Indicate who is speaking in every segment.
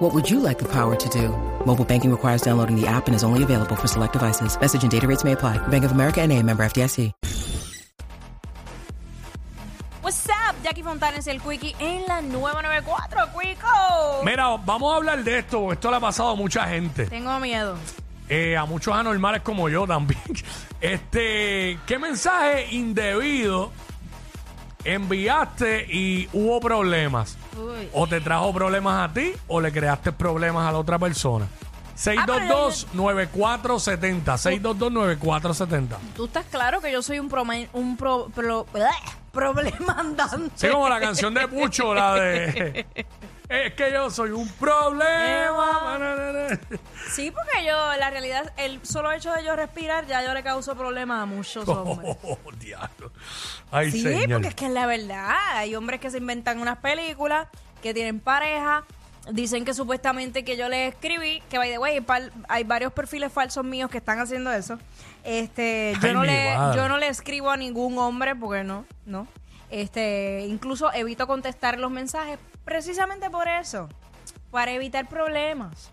Speaker 1: What would you like the power to do? Mobile banking requires downloading the app and is only available for select devices. Message and data rates may apply. Bank of America and a member FDIC.
Speaker 2: What's up, Jackie Fontanes, el Quickie en la nueva 94, Quico.
Speaker 3: Mira, vamos a hablar de esto, porque esto le ha pasado a mucha gente,
Speaker 2: Tengo miedo.
Speaker 3: Eh, a muchos anormales como yo también. Este, ¿qué mensaje indebido enviaste y hubo problemas?
Speaker 2: Uy.
Speaker 3: ¿O te trajo problemas a ti o le creaste problemas a la otra persona? 622-9470, 622-9470.
Speaker 2: Tú estás claro que yo soy un, prome- un pro- pro- problema andante.
Speaker 3: Sí, como la canción de Pucho, la de... Es que yo soy un problema.
Speaker 2: Sí, porque yo, la realidad, el solo hecho de yo respirar ya yo le causo problemas a muchos hombres.
Speaker 3: Oh, diablo. Ay,
Speaker 2: Sí,
Speaker 3: señor.
Speaker 2: porque es que es la verdad. Hay hombres que se inventan unas películas, que tienen pareja, dicen que supuestamente que yo les escribí, que by the way, pal- hay varios perfiles falsos míos que están haciendo eso. Este, yo
Speaker 3: Ay,
Speaker 2: no
Speaker 3: mi
Speaker 2: le,
Speaker 3: madre.
Speaker 2: yo no le escribo a ningún hombre porque no, no. Este, incluso evito contestar los mensajes precisamente por eso, para evitar problemas.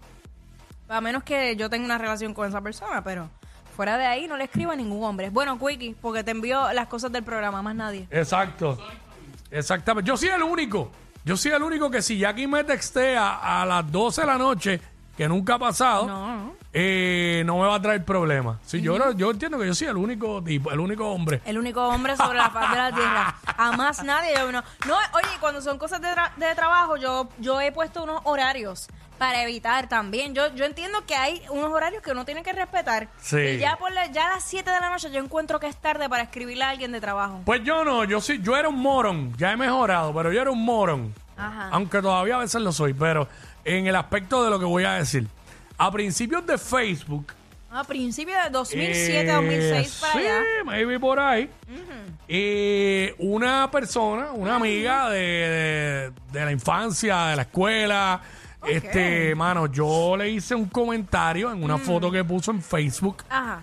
Speaker 2: A menos que yo tenga una relación con esa persona, pero fuera de ahí no le escribo a ningún hombre. Bueno, Quickie, porque te envío las cosas del programa, más nadie.
Speaker 3: Exacto. Exactamente. Yo soy el único. Yo soy el único que si Jackie me textea a las 12 de la noche, que nunca ha pasado,
Speaker 2: No.
Speaker 3: eh, no me va a traer problemas. Sí, yo, creo- yo entiendo que yo soy el único tipo, el único hombre.
Speaker 2: El único hombre sobre la faz de la tierra. A más nadie. Yo no. no, oye, cuando son cosas de, tra- de trabajo, yo, yo he puesto unos horarios para evitar también. Yo, yo entiendo que hay unos horarios que uno tiene que respetar.
Speaker 3: Sí.
Speaker 2: Y ya, por la- ya a las 7 de la noche yo encuentro que es tarde para escribirle a alguien de trabajo.
Speaker 3: Pues yo no, yo sí, yo era un morón, ya he mejorado, pero yo era un morón.
Speaker 2: Ajá.
Speaker 3: Aunque todavía a veces lo soy, pero en el aspecto de lo que voy a decir. A principios de Facebook,
Speaker 2: A principios de 2007,
Speaker 3: Eh,
Speaker 2: 2006 para
Speaker 3: sí,
Speaker 2: allá.
Speaker 3: maybe por ahí. Eh, una persona, una amiga de, de- de la infancia, de la escuela. Este, mano, yo le hice un comentario en una
Speaker 2: Mm.
Speaker 3: foto que puso en Facebook
Speaker 2: Ajá.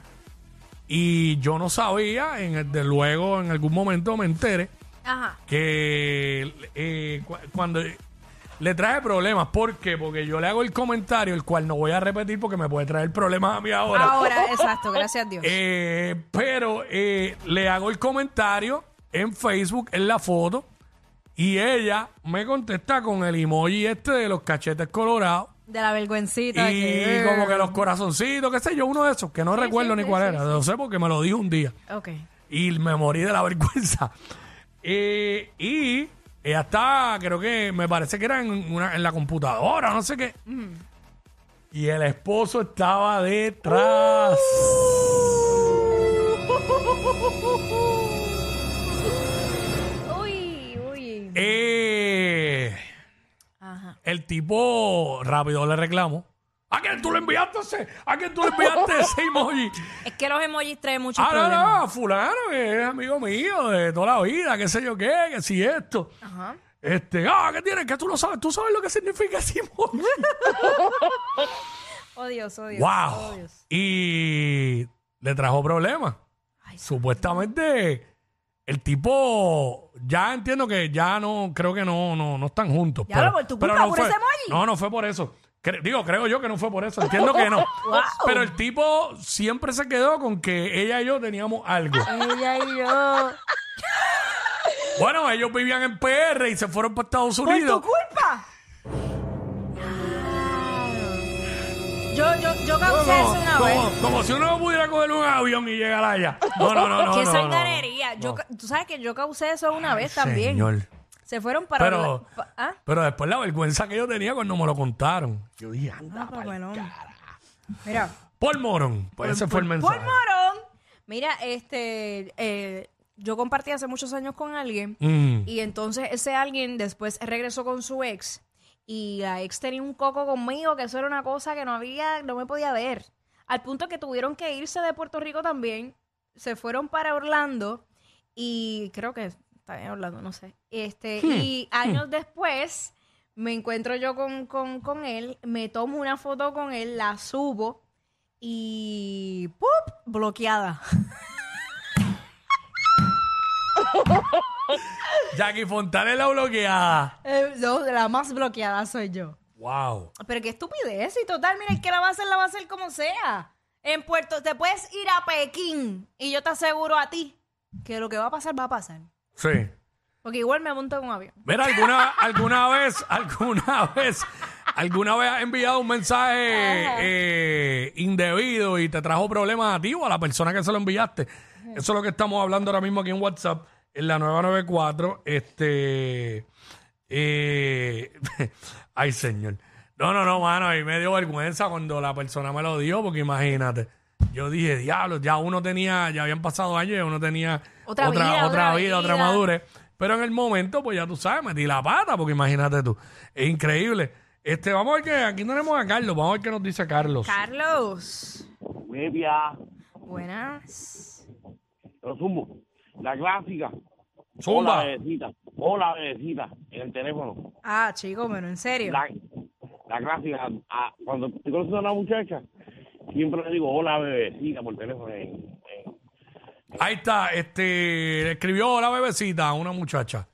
Speaker 3: y yo no sabía, en el- de luego en algún momento me enteré
Speaker 2: Ajá.
Speaker 3: que eh, cu- cuando le traje problemas, ¿por qué? Porque yo le hago el comentario, el cual no voy a repetir porque me puede traer problemas a mí
Speaker 2: Ahora, exacto, gracias a Dios.
Speaker 3: eh, pero eh, le hago el comentario en Facebook, en la foto, y ella me contesta con el emoji este de los cachetes colorados.
Speaker 2: de la vergüencita.
Speaker 3: Y
Speaker 2: que-
Speaker 3: como que los corazoncitos, qué sé yo, uno de esos, que no recuerdo
Speaker 2: sí,
Speaker 3: ni
Speaker 2: sí,
Speaker 3: cuál
Speaker 2: sí,
Speaker 3: era, no sé porque me lo dijo un día
Speaker 2: Ok.
Speaker 3: y me morí de la vergüenza. Eh, y ella está, creo que me parece que era en, una- en la computadora, no sé qué. Y el esposo estaba detrás.
Speaker 2: Uy, uy.
Speaker 3: Eh,
Speaker 2: Ajá.
Speaker 3: el tipo rápido le reclamó. ¿A quién tú le enviaste ese? ¿A quién tú le enviaste ese emoji?
Speaker 2: Es que los emojis traen muchos
Speaker 3: Ah, no,
Speaker 2: problemas.
Speaker 3: no, fulano, que es amigo mío de toda la vida, qué sé yo qué, que si esto.
Speaker 2: Ajá.
Speaker 3: Este, ah, ¿qué tienes? Que tú lo sabes, tú sabes lo que significa ese emoji.
Speaker 2: Oh Dios, oh Dios. Oh,
Speaker 3: ¡Wow!
Speaker 2: Dios.
Speaker 3: Y le trajo problemas.
Speaker 2: Ay,
Speaker 3: Supuestamente, el tipo, ya entiendo que ya no, creo que no, no, no están juntos.
Speaker 2: Ya lo, por tu culpa,
Speaker 3: no
Speaker 2: por
Speaker 3: fue,
Speaker 2: ese emoji.
Speaker 3: No, no fue por eso. Cre- digo, creo yo que no fue por eso. Entiendo que no.
Speaker 2: Wow.
Speaker 3: Pero el tipo siempre se quedó con que ella y yo teníamos algo.
Speaker 2: Ella y yo.
Speaker 3: Bueno, ellos vivían en PR y se fueron para Estados
Speaker 2: ¡Por tu
Speaker 3: Unidos.
Speaker 2: culpa! Yo, yo, yo causé
Speaker 3: Como,
Speaker 2: eso una vez.
Speaker 3: como- como si uno pudiera coger un avión y llegar allá. No, no, no, no.
Speaker 2: ¡Qué
Speaker 3: no, no.
Speaker 2: sangarería! Yo, ca- Tú sabes que yo causé eso una vez también.
Speaker 3: Señor.
Speaker 2: Se fueron para...
Speaker 3: Pero,
Speaker 2: pa- ¿Ah?
Speaker 3: pero después la vergüenza que yo tenía cuando me lo contaron. Yo dije,
Speaker 2: Ah,
Speaker 3: anda, pa'l
Speaker 2: papelón.
Speaker 3: ca-
Speaker 2: Mira.
Speaker 3: Paul Moron. Pues ese fue el mensaje.
Speaker 2: Por morón. Mira, este... eh, yo compartí hace muchos años con alguien...
Speaker 3: Mm.
Speaker 2: Y entonces ese alguien después regresó con su ex y la ex tenía un coco conmigo, que eso era una cosa que no había, no me podía ver. Al punto que tuvieron que irse de Puerto Rico también se fueron para Orlando y creo que está en Orlando, no sé. Este, y años después me encuentro yo con, con, con él, me tomo una foto con él, la subo y ¡pup! bloqueada.
Speaker 3: Jackie Fontanes la bloqueada.
Speaker 2: Eh, no, la más bloqueada soy yo.
Speaker 3: Wow.
Speaker 2: Pero qué estupidez. Y total, mira, el que la va a hacer, la va a hacer como sea. En Puerto, te puedes ir a Pekín y yo te aseguro a ti que lo que va a pasar, va a pasar.
Speaker 3: Sí.
Speaker 2: Porque igual me monto en un avión.
Speaker 3: Mira, alguna, alguna vez, alguna vez, alguna vez has enviado un mensaje eh, indebido y te trajo problemas a ti o a la persona que se lo enviaste. Eso es lo que estamos hablando ahora mismo aquí en WhatsApp, en la 994. Este. eh, ay, señor. No, no, no, mano, ahí me dio vergüenza cuando la persona me lo dio, porque imagínate. Yo dije, diablo, ya uno tenía, ya habían pasado años, ya uno tenía
Speaker 2: Otra vida, otra
Speaker 3: vida, otra
Speaker 2: vida.
Speaker 3: madurez. Pero en el momento, pues ya tú sabes, metí la pata, porque imagínate tú. Es increíble. Este, vamos a ver que aquí tenemos a Carlos, vamos a ver qué nos dice Carlos.
Speaker 2: Carlos,
Speaker 4: Huevia,
Speaker 2: buenas.
Speaker 4: lo sumo. La clásica.
Speaker 3: Zumba.
Speaker 4: Hola, este. bebecita. Hola, bebecita. En el teléfono.
Speaker 2: Ah, chico, pero en serio.
Speaker 4: La, la clásica. Ah, cuando estoy conociendo a una muchacha, siempre le digo hola, bebecita, por teléfono. En- en-
Speaker 3: Ahí está, este, le escribió la bebecita a una muchacha.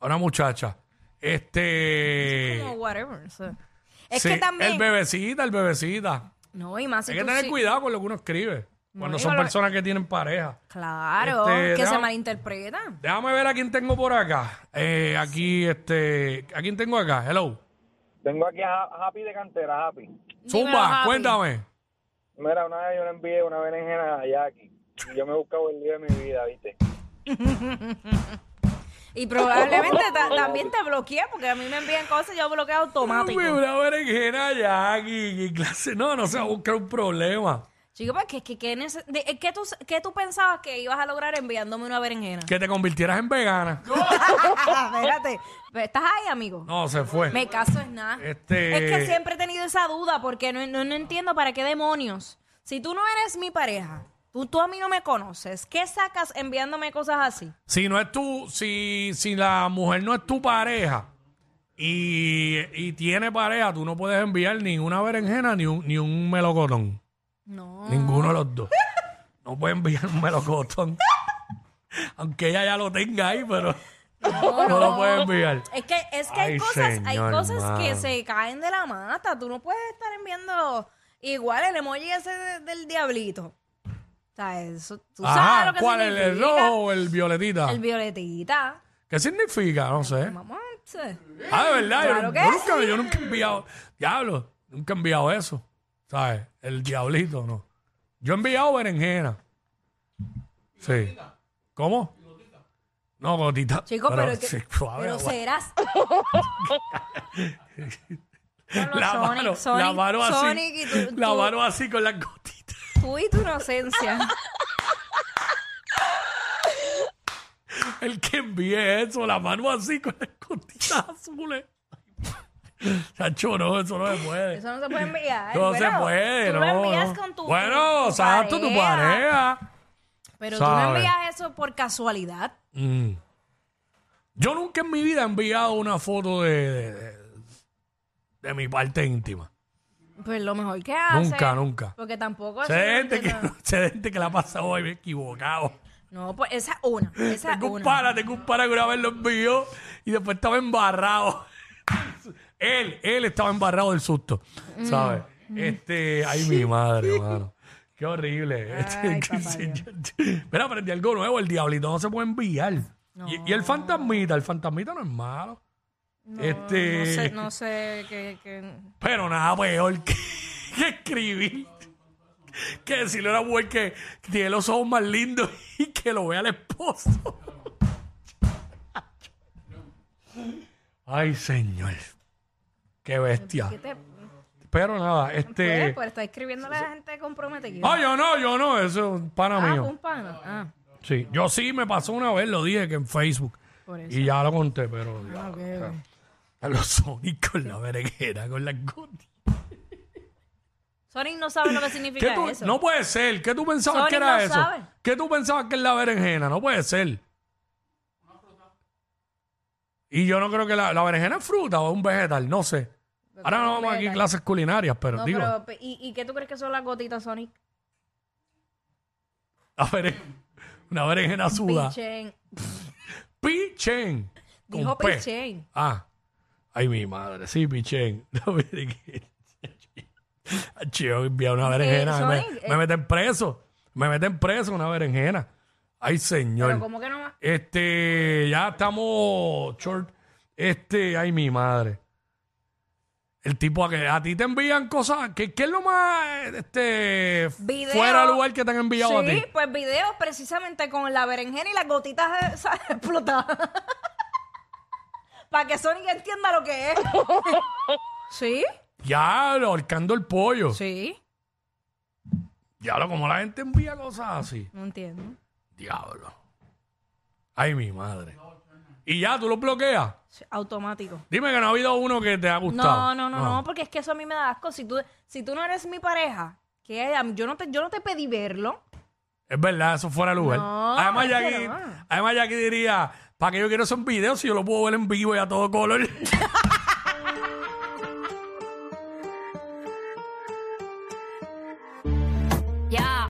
Speaker 3: A una muchacha. Este.
Speaker 2: Como whatever. o sea. Es
Speaker 3: sí,
Speaker 2: que también.
Speaker 3: El bebecita, el bebecita.
Speaker 2: No, y más si
Speaker 3: Hay que
Speaker 2: tú
Speaker 3: tener
Speaker 2: sí-
Speaker 3: cuidado con lo que uno escribe. Cuando
Speaker 2: y
Speaker 3: son
Speaker 2: con lo-
Speaker 3: personas que tienen pareja.
Speaker 2: Claro,
Speaker 3: Este,
Speaker 2: que se
Speaker 3: déjame-
Speaker 2: malinterpretan.
Speaker 3: Déjame ver a quién tengo por acá. Eh, aquí, este. ¿A quién tengo acá? Hello.
Speaker 5: Tengo aquí a Happy de Cantera, Happy.
Speaker 2: Dímelo,
Speaker 3: Zumba,
Speaker 2: Javi.
Speaker 3: cuéntame.
Speaker 5: Mira, una vez yo le envié una berenjena a Jackie. Y yo me he buscado el día de mi vida, ¿viste?
Speaker 2: Y probablemente ta- también te bloqueé, porque a mí me envían cosas y yo bloqueo automático.
Speaker 3: Uy, una berenjena ya aquí. ¿Qué clase? No, no se va a buscar un problema.
Speaker 2: Chico, pues, ¿qué, qué, qué nece- de- eh, qué tú, qué tú pensabas que ibas a lograr enviándome una berenjena?
Speaker 3: Que te convirtieras en vegana.
Speaker 2: Espérate. Pues, ¿Estás ahí, amigo?
Speaker 3: No, se fue.
Speaker 2: Me caso es nada.
Speaker 3: Este-
Speaker 2: Es que siempre he tenido esa duda porque no, no- no entiendo para qué demonios. Si tú no eres mi pareja, tú, tú a mí no me conoces, ¿qué sacas enviándome cosas así?
Speaker 3: Si no es tu, si, si la mujer no es tu pareja y, y tiene pareja, tú no puedes enviar ni una berenjena ni un, ni un melocotón.
Speaker 2: No.
Speaker 3: Ninguno de los dos. No puedes enviar un melocotón. Aunque ella ya lo tenga ahí, pero no,
Speaker 2: no.
Speaker 3: lo puedes enviar.
Speaker 2: Es que, es que hay
Speaker 3: Ay,
Speaker 2: cosas, hay
Speaker 3: señor,
Speaker 2: cosas que
Speaker 3: mano.
Speaker 2: se caen de la mata. Tú no puedes estar enviando igual el emoji ese de- del diablito. O sea, eso, tú sabes
Speaker 3: Ajá,
Speaker 2: lo que
Speaker 3: ¿cuál? ¿El,
Speaker 2: significa.
Speaker 3: el rojo o el violetita?
Speaker 2: El violetita.
Speaker 3: ¿Qué significa? No sé.
Speaker 2: Mamá, sí.
Speaker 3: Ah, de verdad, yo
Speaker 2: Claro que
Speaker 3: nunca- yo, nunca, yo nunca he enviado. Diablo, nunca he enviado eso. ¿Sabes? El diablito, no. Yo he enviado berenjena. Sí. ¿Cómo? No, gotita.
Speaker 2: Chico, pero, es que-
Speaker 3: sí, pues, suave,
Speaker 2: pero
Speaker 3: agua.
Speaker 2: serás. Diablo,
Speaker 3: la,
Speaker 2: Sonic,
Speaker 3: mano,
Speaker 2: Sonic,
Speaker 3: la mano así.
Speaker 2: Sonic y tú-
Speaker 3: la
Speaker 2: tú-
Speaker 3: mano así con las gotitas.
Speaker 2: Tú y tu inocencia.
Speaker 3: El que envíe eso, la mano así con las gotitas azules. Chacho, no, eso no se puede.
Speaker 2: Eso no se puede enviar.
Speaker 3: no
Speaker 2: Bueno,
Speaker 3: se puede,
Speaker 2: tú
Speaker 3: no.
Speaker 2: lo envías
Speaker 3: no.
Speaker 2: con tu
Speaker 3: bueno,
Speaker 2: tu
Speaker 3: exacto, tu pareja.
Speaker 2: Pero tú no
Speaker 3: Sabe.
Speaker 2: envías eso por casualidad.
Speaker 3: Mm. Yo nunca en mi vida he enviado una foto de, de, de- de mi parte íntima.
Speaker 2: Pues lo mejor que haces.
Speaker 3: Nunca, nunca.
Speaker 2: Porque tampoco
Speaker 3: Se
Speaker 2: eso
Speaker 3: de
Speaker 2: no
Speaker 3: gente que,
Speaker 2: entiendo.
Speaker 3: sé de gente que la ha pasado hoy, me he equivocado.
Speaker 2: No, pues esa es una. Esa es
Speaker 3: Tengo un
Speaker 2: una.
Speaker 3: pana, tengo un pana que una vez lo envió y después estaba embarrado. él, él estaba embarrado del susto,
Speaker 2: Mm.
Speaker 3: ¿sabes? Este, ay, mi madre, mano. Qué horrible. Este,
Speaker 2: Ay,
Speaker 3: que
Speaker 2: papá
Speaker 3: se- Pero aprendí algo nuevo, el diablito no se puede enviar. Y, y el fantasmita, el fantasmita no es malo. este,
Speaker 2: No sé, no sé qué. qué-
Speaker 3: pero nada peor que, que escribir. Que decirle a una mujer que tiene los ojos más lindos y que lo vea el esposo. Ay, señor. Qué bestia.
Speaker 2: qué te-
Speaker 3: Pero nada,
Speaker 2: Puede,
Speaker 3: este.
Speaker 2: pues está escribiendo a la gente comprometida.
Speaker 3: Ah, yo no, yo no, eso es un pana
Speaker 2: ah, fue
Speaker 3: mío.
Speaker 2: un pana. Ah,
Speaker 3: Sí, yo sí me pasó una vez, lo dije que en Facebook.
Speaker 2: por eso. Ah.
Speaker 3: Y ya lo conté, pero. ya,
Speaker 2: ok,
Speaker 3: o sea, A los Sonic con la berenjena, con las gotitas.
Speaker 2: O sea, Sonic no sabe lo que
Speaker 3: ¿Qué
Speaker 2: significa
Speaker 3: tú-
Speaker 2: eso.
Speaker 3: no puede ser. ¿Qué tú pensabas
Speaker 2: Sonic
Speaker 3: que era
Speaker 2: no
Speaker 3: eso?
Speaker 2: sabe.
Speaker 3: ¿Qué tú pensabas que es la berenjena? No puede ser. Y yo no creo que la, la berenjena es fruta o es un vegetal, no sé. Ahora no vamos aquí a clases culinarias, pero
Speaker 2: No,
Speaker 3: digo,
Speaker 2: pero, pe- ¿y, ¿y qué tú crees que son las gotitas, Sonic?
Speaker 3: la beren- una berenjena suda.
Speaker 2: Pichén.
Speaker 3: Pichen. Con
Speaker 2: Dijo
Speaker 3: P.
Speaker 2: pichén.
Speaker 3: Ah, ay, mi madre, sí, pichen. No, mire que- Chido, envía una berenjena. me,
Speaker 2: Sonic,
Speaker 3: me
Speaker 2: eh.
Speaker 3: meten preso. Me meten preso una berenjena. Ay, señor.
Speaker 2: Pero como que no más.
Speaker 3: Este, ya estamos short. Este, ay, mi madre. El tipo a que a ti te envían cosas. ¿Qué, qué es lo más este
Speaker 2: Video.
Speaker 3: fuera de lugar que te han enviado a
Speaker 2: Sí,
Speaker 3: ti?
Speaker 2: pues videos precisamente con la berenjena y las gotitas esas explotadas. Para que Sonic entienda lo que es. ¿Sí?
Speaker 3: Ya, lo, ahorcando el pollo.
Speaker 2: Sí.
Speaker 3: Ya, lo, como la gente envía cosas así.
Speaker 2: No entiendo.
Speaker 3: Diablo. Ay, mi madre. Y ya, tú lo bloqueas.
Speaker 2: Sí, automático.
Speaker 3: Dime que no ha habido uno que te ha gustado. Ah.
Speaker 2: No, no, no, no, porque es que eso a mí me da asco. Si tú, si tú no eres mi pareja, que a mí- yo no te, yo no te pedí verlo.
Speaker 3: Es verdad, eso fuera de lugar.
Speaker 2: No,
Speaker 3: además,
Speaker 2: es que
Speaker 3: Jackie,
Speaker 2: no.
Speaker 3: además, Jackie diría, ¿para qué yo quiero esos videos si yo lo puedo ver en vivo y a todo color?